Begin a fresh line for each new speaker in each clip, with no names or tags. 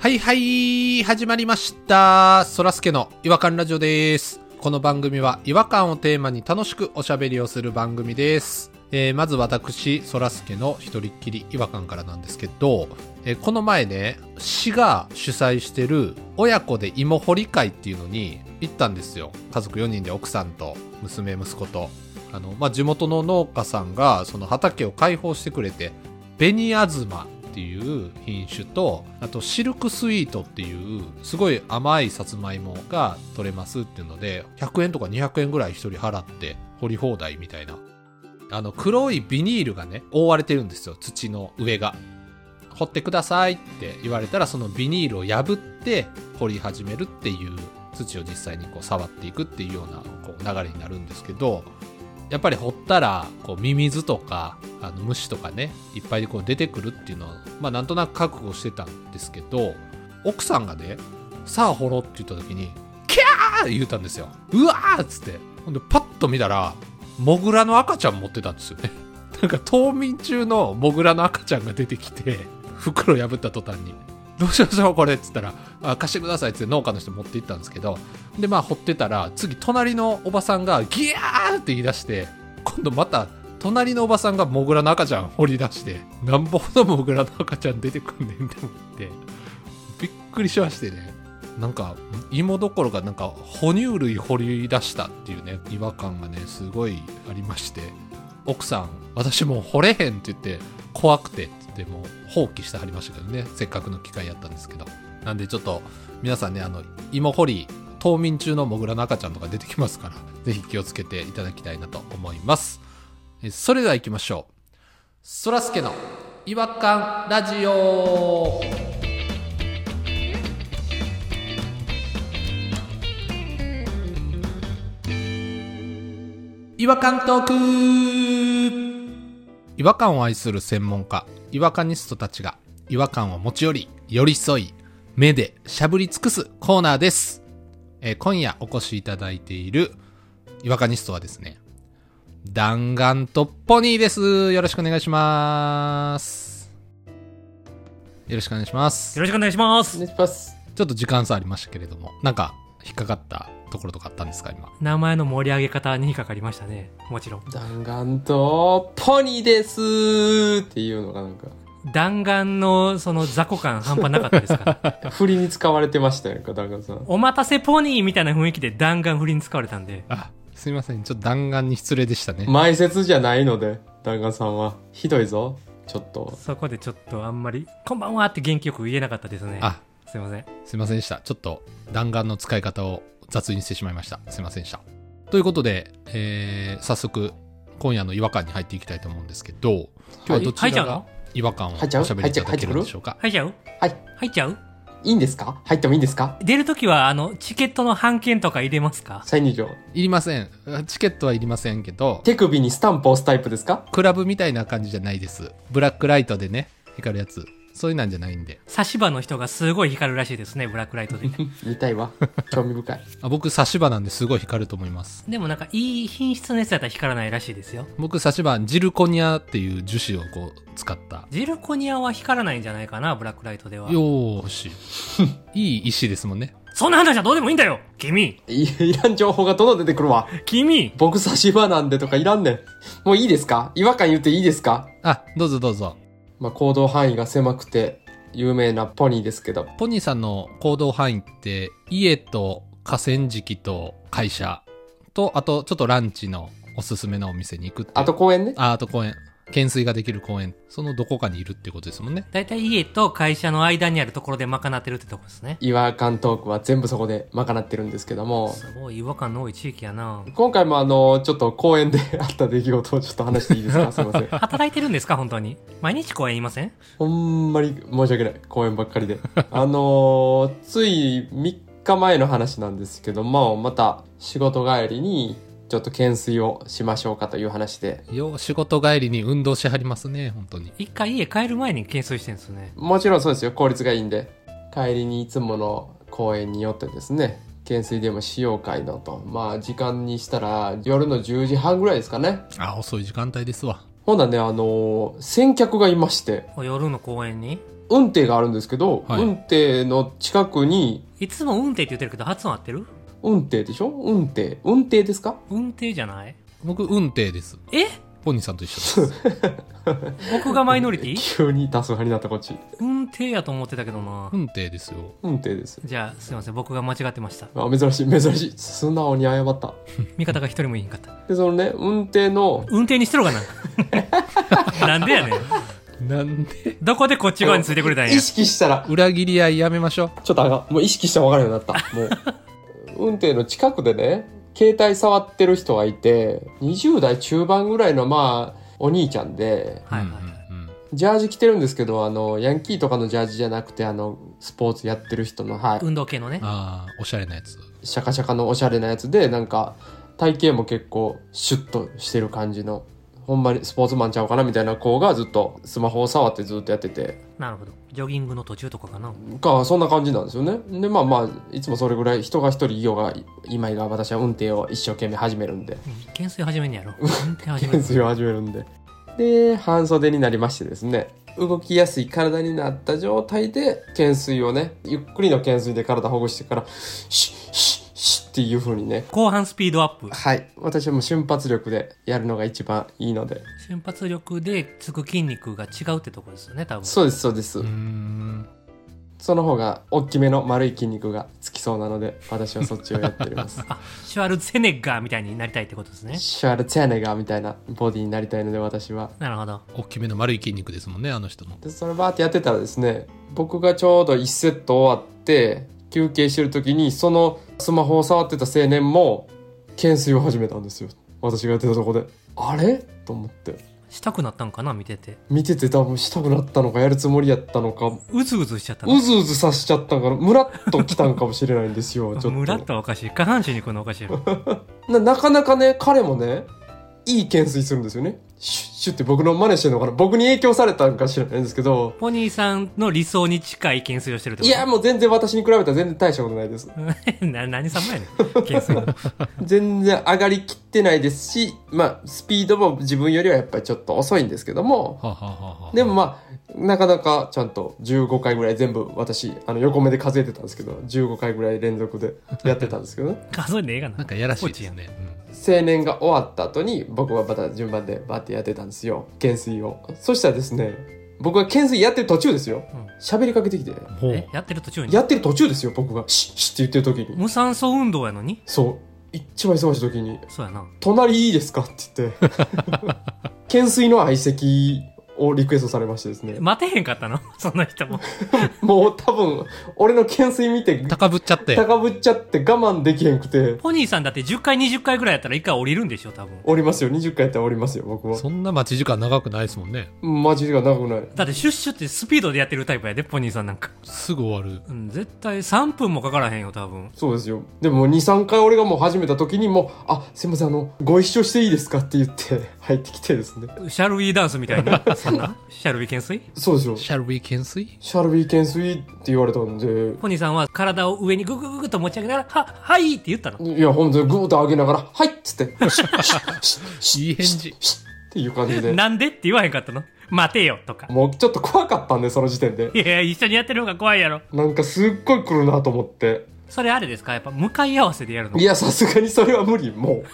はいはい、始まりました。そらすけの違和感ラジオです。この番組は違和感をテーマに楽しくおしゃべりをする番組です。えーまず私、そらすけの一人っきり違和感からなんですけど、えーこの前ね、市が主催してる親子で芋掘り会っていうのに行ったんですよ。家族4人で奥さんと娘、息子と。あの、まあ、地元の農家さんがその畑を開放してくれて、紅あずまっていう品種とあとシルクスイートっていうすごい甘いさつまいもが取れますっていうので100円とか200円ぐらい1人払って掘り放題みたいなあの黒いビニールがね覆われてるんですよ土の上が掘ってくださいって言われたらそのビニールを破って掘り始めるっていう土を実際にこう触っていくっていうようなこう流れになるんですけどやっぱり掘ったらこうミミズとかあの虫とかねいっぱいこう出てくるっていうのを、まあ、なんとなく覚悟してたんですけど奥さんがね「さあ掘ろう」って言った時に「キャー!」言うたんですよ「うわー!」っつってほんでパッと見たらモグラの赤ちゃん持ってたんですよね なんか冬眠中のモグラの赤ちゃんが出てきて袋破った途端に「どうしましょうこれ」っつったらあ「貸してください」っつって農家の人持って行ったんですけどでまあ掘ってたら次隣のおばさんがギャーって言い出して今度また隣のおばさんがモグラの赤ちゃん掘り出してなんぼほどモグラの赤ちゃん出てくんねんって思ってびっくりしましてねなんか芋どころかなんか哺乳類掘り出したっていうね違和感がねすごいありまして奥さん私もう掘れへんって言って怖くてって言ってもう放棄してはりましたけどねせっかくの機会やったんですけどなんでちょっと皆さんねあの芋掘り冬眠中のモグラの赤ちゃんとか出てきますからぜひ気をつけていただきたいなと思いますえそれでは行きましょうそらすけの違和感ラジオ違和感トーク違和感を愛する専門家違和感ニストたちが違和感を持ち寄り寄り添い目でしゃぶり尽くすコーナーです、えー今夜お越しいただいている違和感ニストはですね弾丸とポニーですよろしくお願いしますよろしくお願いします
よろしくお願いしま
お
す。
願いします。
ちょっと時間差ありましたけれどもなんか引っかかったところとかあったんですか今
名前の盛り上げ方に引っかかりましたね。もちろん。
弾丸とポニーですーっていうのがなんか、
弾丸のその雑魚感半端なかったです から。
振りに使われてましたやんか、弾丸さん。
お待たせポニーみたいな雰囲気で弾丸振りに使われたんで。
あすいませんちょっと弾丸に失礼でしたね
前説じゃないので、弾丸さんは。ひどいぞ。ちょっと。
そこでちょっとあんまり、こんばんはって元気よく言えなかったですね。
あ
すいません。
すいませんでした。ちょっと弾丸の使い方を雑にしてしまいました。すいませんでした。ということで、えー早速、今夜の違和感に入っていきたいと思うんですけど、今日はどちらが
は
違和感をお
入っちゃう
しゃべりいただけるんでしょうか。
入っちゃう
はい。
入っちゃう
いいんですか入ってもいいんですか
出るときは、あの、チケットの半券とか入れますか
再入場。
いりません。チケットはいりませんけど、
手首にスタンプ押すタイプですか
クラブみたいな感じじゃないです。ブラックライトでね、光るやつ。そういうなんじゃないんで。
差し歯の人がすごい光るらしいですね、ブラックライトで。
見たい わ。興味深い。
あ僕、差し歯なんですごい光ると思います。
でもなんか、いい品質のやつだったら光らないらしいですよ。
僕、差し歯、ジルコニアっていう樹脂をこう、使った。
ジルコニアは光らないんじゃないかな、ブラックライトでは。
よーし。いい石ですもんね。
そんな話はどうでもいいんだよ君
いいらん情報がどんどん出てくるわ。
君
僕差し場なんでとかいらんねん。もういいですか違和感言っていいですか
あ、どうぞどうぞ。
まあ、行動範囲が狭くて有名なポニーですけど、
ポニーさんの行動範囲って、家と河川敷と会社と、あとちょっとランチのおすすめのお店に行くっていう
あと公園ね。
ああと公園。懸垂ができる公園。そのどこかにいるってことですもんね。
だいたい家と会社の間にあるところで賄ってるってとこですね。
違和感トークは全部そこで賄ってるんですけども、
すごい違和感の多い地域やな
今回もあの、ちょっと公園であった出来事をちょっと話していいですかすいません。
働いてるんですか本当に。毎日公園いません
ほんまに申し訳ない。公園ばっかりで。あのーつい3日前の話なんですけども、また仕事帰りに、ちょっと懸垂をしましょうかという話で、
よう仕事帰りに運動しはりますね、本当に。
一回家帰る前に懸垂してるんですよね。
もちろんそうですよ。効率がいいんで。帰りにいつもの公園によってですね、懸垂でもしようかいのと。まあ、時間にしたら夜の10時半ぐらいですかね。
あ、遅い時間帯ですわ。
ほんだね、あのー先客がいまして、
お夜の公園に
運亭があるんですけど、
はい
運亭の近くに、
いつも運転って言ってるけど、発音合ってる
運亭でしょ運亭。運亭ですか
運転じゃない
僕、運亭です。
え
ポニーさんと一緒 です。
僕がマイノリティ
急に多数派になったこっち。
運転やと思ってたけどな。
運亭ですよ。
運亭です。
じゃあ、すいません。僕が間違ってました。
あ、珍しい、珍しい。素直に謝った。
味方が一人もいへんかった。
で、そのね、運転の、
運転にしてろかな。 なんでやねん。
なんで
どこでこっち側についてくれたんや
意。識したら、
裏切り合いやめましょ
ちょっとあかん。もう意識したら分からんようになった。もう。 運転の近くでね、携帯触ってる人がいて、20代中盤ぐらいの、まあ、お兄ちゃんで、
う。
はいはい。
うんうんうん
ジャージ着てるんですけど、あの、ヤンキーとかのジャージじゃなくて、あの、スポーツやってる人の、はい、
運動系のね。
ああ、おしゃれなやつ。
シャカシャカのおしゃれなやつで、なんか、体型も結構、シュッとしてる感じの、ほんまにスポーツマンちゃうかなみたいな子がずっとスマホを触ってずっとやってて、
なるほど。ジョギングの途中とかかな。
かそんな感じなんですよねでまあまあいつもそれぐらい人が一人いようが今井が私は運転を一生懸命始めるんで
懸垂始めんねやろ。運転始め
懸
る。
垂を始めるんでで半袖になりましてですね動きやすい体になった状態で懸垂をねゆっくりの懸垂で体ほぐしてからシッシッシッっていう風にね
後半スピードアップ。
はい私はもう瞬発力でやるのが一番いいので
瞬発力でつく筋肉が違うってとこですよね、多分。
そうですそうです、
うーん。
その方が大きめの丸い筋肉がつきそうなので私はそっちをやっております
あ、シュワルツェネッガーみたいになりたいってことですね。
シュワルツェネガーみたいなボディになりたいので私は
なるほど。
大きめの丸い筋肉ですもんね、あの人の。
でそれバーってやってたらですね僕がちょうど1セット終わって休憩してる時にそのスマホを触ってた青年も懸垂を始めたんですよ私がやってたとこであれと思って
したくなったんかな、見てて。
見てて多分したくなったのかやるつもりやったのか
うずうずしちゃったの
うずうずさしちゃったんかなムラっと来たんかもしれないんですよちょっと
ムラっとはおかしい。下半身に来るのおかしいやろ。
ななかなかね彼もねいい懸垂するんですよねシュッシュッって僕の真似してるのかな僕に影響されたんか知らないんですけど
ポニーさんの理想に近い懸垂をしてるってこ
い
と
や、もう全然私に比べたら全然大したことないです。
な何様やねん。懸垂の。
全然上がりきってないですし、まあ、スピードも自分よりはやっぱりちょっと遅いんですけども、
はあはあはあはあ
でもまあ、なかなかちゃんと15回ぐらい全部私、あの横目で数えてたんですけど、15回ぐらい連続でやってたんですけどね。
数えねえがな。
なんかやらしいですね。
青年が終わった後に僕はまた順番でバーってやってたんですよ。懸垂を。そしたらですね、僕が懸垂やってる途中ですよ
うん。
喋、りかけてきて。
うん
ポ
ほ
ンチやん
う
え。やってる途中に。
やってる途中ですよ、僕が。シッシッって言ってる時に。
無酸素運動やのに
そう。一番忙しい時に。
そうやな。
隣いいですかって言って、懸垂の相席をリクエストされましてですね。
待てへんかったの そんな人も。
もう多分、俺の懸垂見て、
高ぶっちゃって。
高ぶっちゃって我慢できへんくて、
ポニーさんだって10回20回ぐらいやったら1回降りるんでしょ、多分。
おりますよ。20回やったらおりますよ、僕は。
そんな待ち時間長くないですもんね。
マジが長くない。
だってシュッシュってスピードでやってるタイプやで、ポニーさんなんか。
すぐ終わる。
うん、絶対3分もかからへんよ、多分。
そうですよ。でも2、3回俺がもう始めた時にもう、あ、すいません、あの、ご一緒していいですかって言って入ってきてですね。
シャルウィーダンスみたいな。そんなシャルウィー懸垂
そうですよ。
Shall we 懸垂
シャルビー懸垂って言われたんで、
ポニーさんは体を上にググググと持ち上げながら、は、はいって言ったの。
いや、ほんとにグーッと上げながら、はいっつって、シュッシュッシュッシュッ
いい返事。
っていう感じで。
なんでって言わへんかったの待てよとか。
もうちょっと怖かったんで、その時点で。
いやいや、一緒にやってる方が怖いやろ。
なんかすっごい来るなと思って。
それあれですかやっぱ向かい合わせでやるの
いや、さすがにそれは無理、 もう。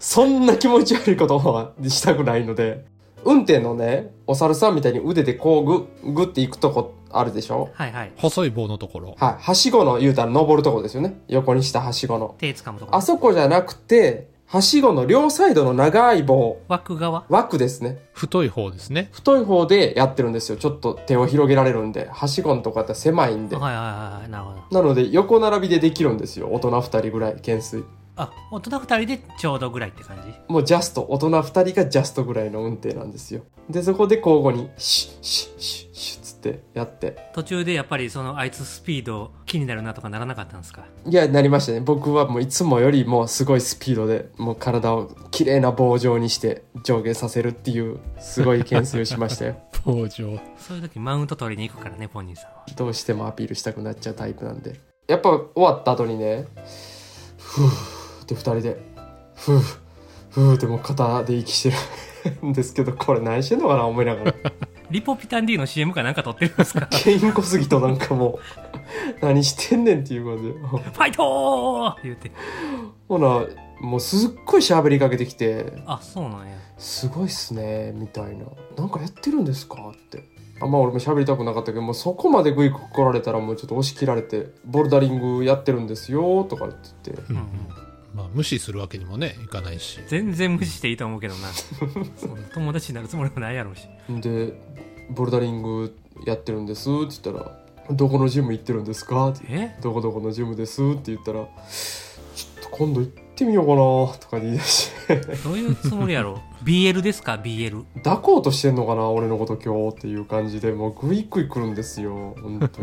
そんな気持ち悪いことはしたくないので。運転のね、お猿さんみたいに腕でこうグッ、グって行くとこあるでしょ
はいはい。
細い棒のところ。
はい。はしごの、言うたら登るとこですよね。横にしたはしごの。
手掴むと
あ
か。
そこじゃなくて、はしごの両サイドの長い棒、
枠側
枠ですね。
太い方ですね。
太い方でやってるんですよ。ちょっと手を広げられるんで。はしごのとこやったら狭いんで
はい。はいはいはい。なるほど。
なので横並びでできるんですよ大人2人ぐらい懸垂
あ、大人二人でちょうどぐらいって感じ。
もうジャスト大人2人がジャストぐらいの運転なんですよでそこで交互にシュッシュッシュッシュッつってやって
途中でやっぱりそのあいつスピード気になるなとかならなかったんですか
いやなりましたね僕はもういつもよりもすごいスピードでもう体を綺麗な棒状にして上下させるっていうすごい懸垂をしましたよ
棒状。
そういう時マウント取りに行くからね、ポニーさんは。
どうしてもアピールしたくなっちゃうタイプなんでやっぱ終わった後にねふーって2人でふーふーってもう肩で息してるんですけどこれ何してんのかな思いながら
リポピタン D の CM かなんか撮ってるんですか
ケイン小杉となんかもう、何してんねんっていうまで。
ファイトー言うて。
ほな、もうすっごい喋りかけてきて、
あ、そうなんや。
すごいっすね、みたいな。なんかやってるんですかって。あんま俺も喋りたくなかったけど、もうそこまでグイグイ来られたらもうちょっと押し切られて、ボルダリングやってるんですよ、とか言ってて。
うんうん、
まあ、無視するわけにもねいかないし
全然無視していいと思うけどな。 そんな友達になるつもりもないやろうし。
で「ボルダリングやってるんです」って言ったら「どこのジム行ってるんですか?」って
え
「どこどこのジムです」って言ったら「ちょっと今度行ってみようかな」とか言い出して
どういうつもりやろ う ?BL ですか ?BL。
「抱こうとしてんのかな俺のこと今日」っていう感じでもうグイグイ来るんですよ本当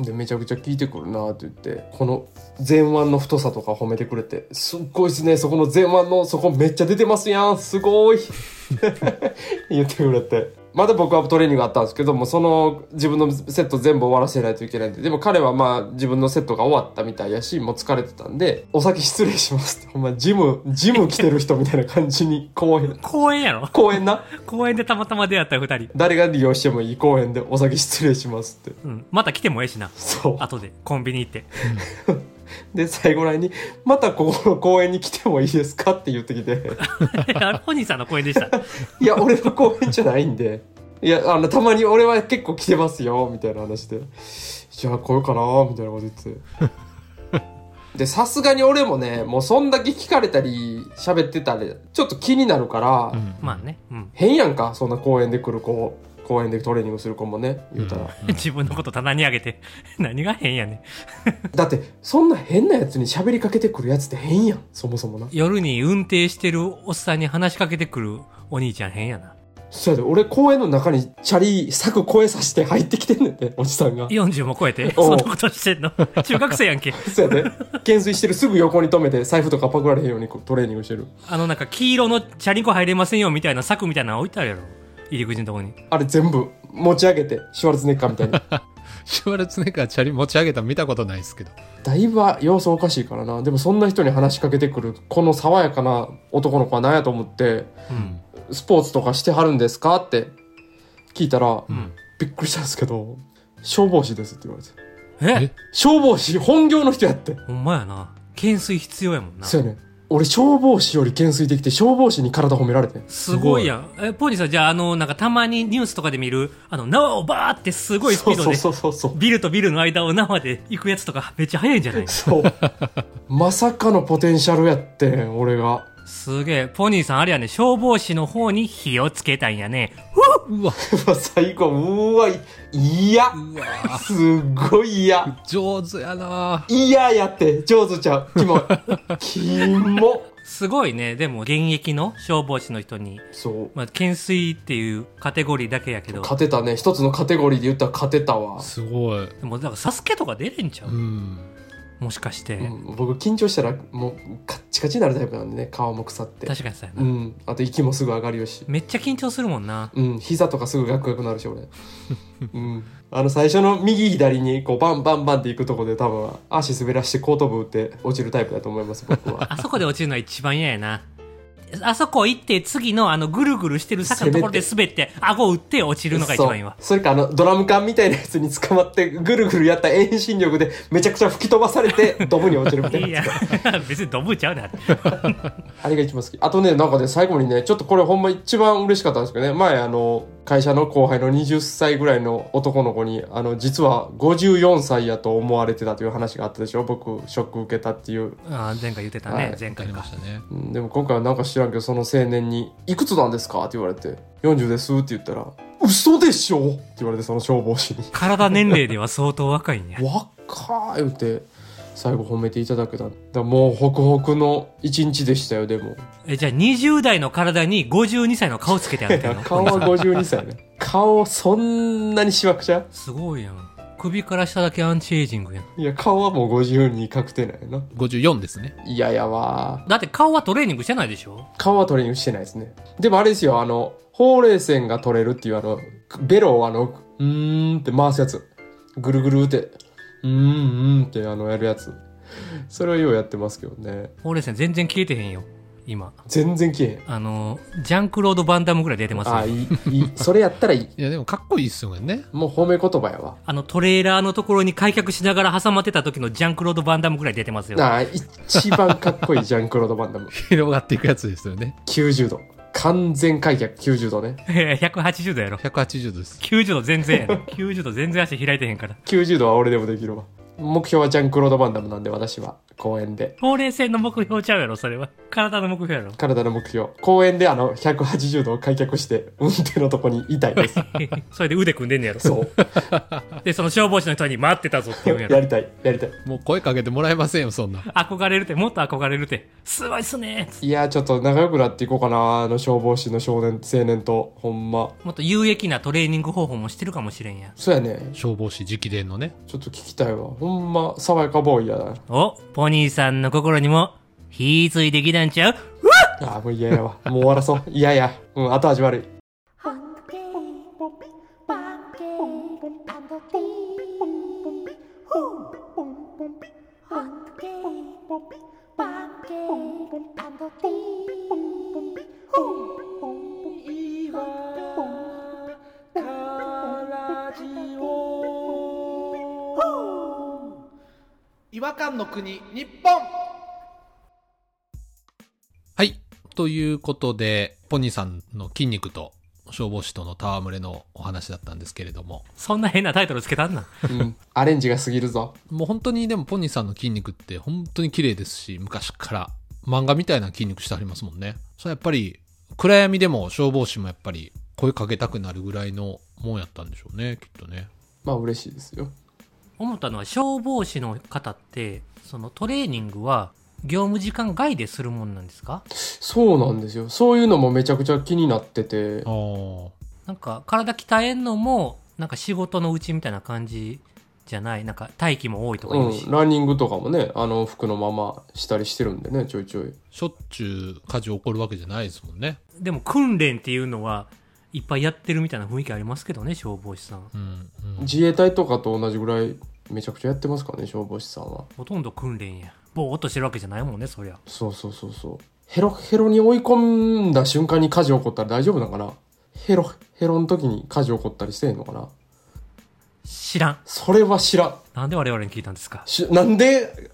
にでめちゃくちゃ聞いてくるなって言ってこの前腕の太さとか褒めてくれて「すっごいですねそこの前腕のそこめっちゃ出てますやんすごい」 言ってくれて。まだ僕はトレーニングあったんですけども、その自分のセット全部終わらせないといけないんで、でも彼はまあ自分のセットが終わったみたいやし、もう疲れてたんで、お先失礼しますって。ほんまジム、ジム来てる人みたいな感じに、公園、
公園やろ
公園な
公園でたまたま出会った二人。
誰が利用してもいい公園でお先失礼しますって。
うん。また来てもええしな。
そう。
後で、コンビニ行って。
で、最後らへんに、またここの公園に来てもいいですかって言って きて、
あのお兄さんの公園でした。
いや、俺の公園じゃないんで、いや、あの、たまに俺は結構来てますよ、みたいな話で、じゃあ来ようかな、みたいなこと言ってて。で、さすがに俺もね、もうそんだけ聞かれたり、喋ってたら、ちょっと気になるから、
うん
まあね。うん。
変やんか、そんな公園で来る子、公園でトレーニングする子もね、言うたら。
自分のこと棚にあげて。 何が変やねん。
だって、そんな変なやつに喋りかけてくるやつって変やん、そもそもな。
夜に運転してるおっさんに話しかけてくるお兄ちゃん変やな。
そうやで、俺公園の中にチャリ、柵越えさして入ってきてんねんて、おじさん が。
40も超えて、
お
そん
う
なことしてんの 中学生やんけ。
そうやで。懸垂してるすぐ横に止めて、財布とかパクられへんようにこうトレーニングしてる。
あのなんか黄色のチャリンコ入れませんよみたいな柵みたいなの置いてあるやろ。入り口のとこに。
あれ全部持ち上げて、シュワルツェネッカーみたいに。
シュワルツェネッカーチャリ持ち上げたの見たことないですけど
だいぶ様子おかしいからな。でもそんな人に話しかけてくる、この爽やかな男の子は何やと思って、
うん。
スポーツとかしてはるんですかって聞いたら、
ん
びっくりしたんですけど、消防士ですって言われ
え
て。
え
消防士本業の人やって。
ほんまやな。懸垂必要やもんな。
そうやね。俺消防士より懸垂できて、消防士に体褒められてん。
すごいやん。え、ポニーさん、じゃあ、あの、なんかたまにニュースとかで見る、あの、縄をバーってすごいスピードで、
そうそうそうそう。
ビルとビルの間を縄で行くやつとかめっちゃ速いんじゃない
そう。 まさかのポテンシャルやってん、俺が。
すげえ。ポニーさん、あれやね、消防士の方に火をつけたんやね。
うわ
うわ最高。うわ、いや。
うわ
すっごい嫌。
上手やな
嫌やって、上手ちゃう。キモい。キモ。
すごいね。でも、現役の消防士の人に、
そう。
まあ、懸垂っていうカテゴリーだけやけど、
勝てたね。一つのカテゴリーで言ったら勝てたわ。
すごい
でも、だから、サスケとか出れんちゃう、
うん
もしかして。
うん僕緊張したらもうカッチカチになるタイプなんでね。顔も腐って。
確かにそうや
う
な、
ん。あと息もすぐ上がるよし。
めっちゃ緊張するもんな。
うん、膝とかすぐガクガクなるし俺、 うん、あの最初の右左にこうバンバンバンっていくとこで多分足滑らして後頭部打って落ちるタイプだと思います僕は
あそこで落ちるのは一番嫌やな。あそこ行って、次のあの、ぐるぐるしてる坂のところで滑って、顎を打って落ちるのが一 番いいわ
そう。それかあのドラム缶みたいなやつに捕まってぐるぐるやった遠心力でめちゃくちゃ吹き飛ばされ てドブに落ちるみたいない
や、 別にドブちゃうな。
あれが一番好きあとねなんかね最後にねちょっとこれほんま一番嬉しかったんですけどね前あの会社の後輩の20歳ぐらいの男の子にあの実は54歳やと思われてたという話があったでしょ僕ショック受けたっていう
あー前回言ってた
は
ね
い、
前
あ
回
りま
か
し。たね
うんでも今回はなんか知らんけどその青年に「いくつなんですか?」って言われて「40です」って言ったら「嘘でしょ!」って言われてその消防士に
体年齢では相当若いんや
「。 若い!」言って最後褒めていただけただからもうホクホクの一日でしたよで も
え、じゃあ20代の体に52歳の顔つけてあげてるの
顔は52歳ね 顔そんなにしわくちゃ
すごいやん。首から下だけアンチエイジングやん。
いや顔はもう52確定なんやな
54ですね
いややわ
だって顔はトレーニングしてないでしょ
顔はトレーニングしてないですねでもあれですよあのほうれい線が取れるっていうあのベロをあのうーんって回すやつぐるぐるってうーんうーんってあのやるやつそれをようやってますけどね
ほうれい線全然消えてへんよ。今。
全然消えへん。
あの、ジャンクロード・バンダムぐらい出てますよ
ああ、いい、いい。それやったらいい。
いや、でもかっこいいっすよね。
もう褒め言葉やわ。
あの、トレーラーのところに開脚しながら挟まってた時のジャンクロード・バンダムぐらい出てますよ。
ああ、一番かっこいいジャンクロード・バンダム。
広がっていくやつですよね。
90度。完全開脚90度ね。
180度やろ。
180度です。
90度全然やろ。90度全然足開いてへんから。
90度は俺でもできるわ。目標はジャンクロード・バンダムなんで、私は。公演で。
ほうれい線の目標ちゃうやろ、それは。体の目標やろ。
体の目標。公演であの、180度を開脚して、運転のとこにいたい です。
それで腕組んでんねやろ。
そう。
で、その消防士の人に待ってたぞって言うんやろ
や。りたい。やりたい。
もう声かけてもらえませんよ、そんな。
憧れるって、もっと憧れるって。すごいっすねー
いやーちょっと仲良くなっていこうかなあの消防士の少年青年とほんま
もっと有益なトレーニング方法もしてるかもしれんや。
そうやね
消防士直伝のね。
ちょっと聞きたいわほんま爽やかボーイやな
お、ポニーさんの心にも、火ついてきたんちゃう
あーもう嫌やわもう終わらそう嫌やうん後味悪い
Hunky,
違和感の国、日本はい。ということで、ポニーさんの筋肉と消防士との戯れのお話だったんですけれども、
そんな変なタイトルつけたんな。
うんアレンジが過ぎるぞ
もう本当にでもポニーさんの筋肉って本当に綺麗ですし、昔から漫画みたいな筋肉してありますもんね。それはやっぱり暗闇でも消防士もやっぱり声かけたくなるぐらいのもんやったんでしょうね、きっとね。
まあ嬉しいですよ
思ったのは、消防士の方って、そのトレーニングは、業務時間外でするもんなんですか
そうなんですよそういうのもめちゃくちゃ気になってて
ああ。
なんか、体鍛えんのも、なんか仕事のうちみたいな感じじゃない。なんか、待機も多いとか言
う
うし。
んランニングとかもねあの服のまましたりしてるんでねちょいちょい
しょっちゅう火事起こるわけじゃないですもんね。
でも、訓練っていうのは、いっぱいやってるみたいな雰囲気ありますけどね、消防士さん。
うん、 うん。
自衛隊とかと同じぐらいめちゃくちゃやってますからね消防士さんは
ほとんど訓練や。ぼーっとしてるわけじゃないもんね、そりゃ。
そうそうそうそう。ヘロヘロに追い込んだ瞬間に火事起こったら大丈夫なんかなヘロヘロの時に火事起こったりしてんのかな
知らん。
それは知らん。
なんで我々に聞いたんですか
しなんで、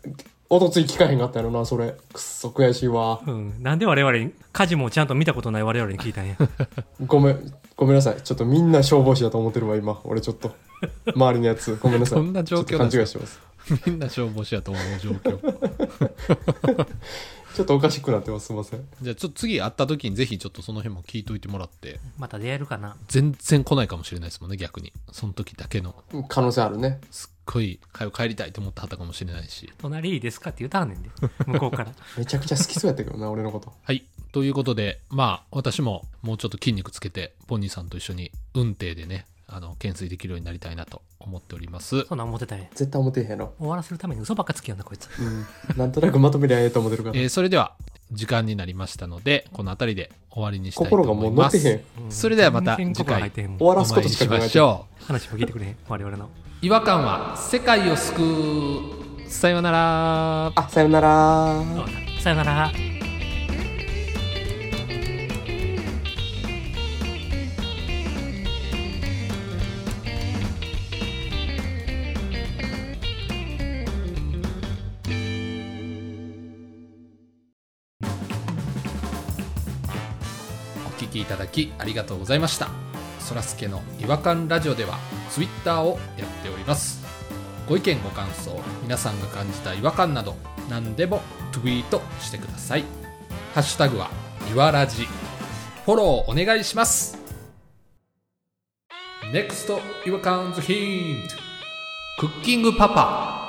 おとつい聞かへんかったやろな、それ。くっそ悔しいわ。
うん。なんで我々に、家事もちゃんと見たことない我々に聞いたんや。
ごめん、ごめんなさい。ちょっとみんな消防士だと思ってるわ、今。俺ちょっと。周りのやつ、ごめんなさい。
そんな状況
ちょ
な
っ
ん
と勘違
で
いしてます。
みんな消防士やと思う状況。
ちょっとおかしくなってます、すいません。
じゃあちょっと次会った時にぜひちょっとその辺も聞いといてもらって、
また出会えるかな。
全然来ないかもしれないですもんね、逆に。その時だけの、
可能性あるね。
すっごい帰帰りたいと思ってはったかもしれないし。
隣いいですかって言うたんねんで。向こうから。
めちゃくちゃ好きそうやったけどな、俺のこと。
はい。ということで、まあ、私ももうちょっと筋肉つけて、ポニーさんと一緒に運転でね、あの、懸垂できるようになりたいなと思っております。
そんなん思ってたんや。
絶対思ってへんやろ。
終わらせるために嘘ばっかつきよんな、こいつ。
うん。なんとなくまとめりゃええと思ってるから。
えーそれでは、時間になりましたので、この辺りで終わりにしたいと
心が
思
も
いう
乗
ま
って
す。
へん。
それではまた
全然
次
心入
回
ってへんもん
終わ
お
らすこ
会
と
い
しか
し
考えて
ま
ない
しょう。
話も聞いてくれへん。我々の。
違和感は世界を救う。さようなら。
あさよなら
さよなら。
お聞きいただきありがとうございましたそらすけの違和感ラジオではツイッターをやっておりますご意見ご感想皆さんが感じた違和感など何でもツイートしてくださいハッシュタグはいわらじフォローお願いします NEXT 違和感ズヒントクッキングパパ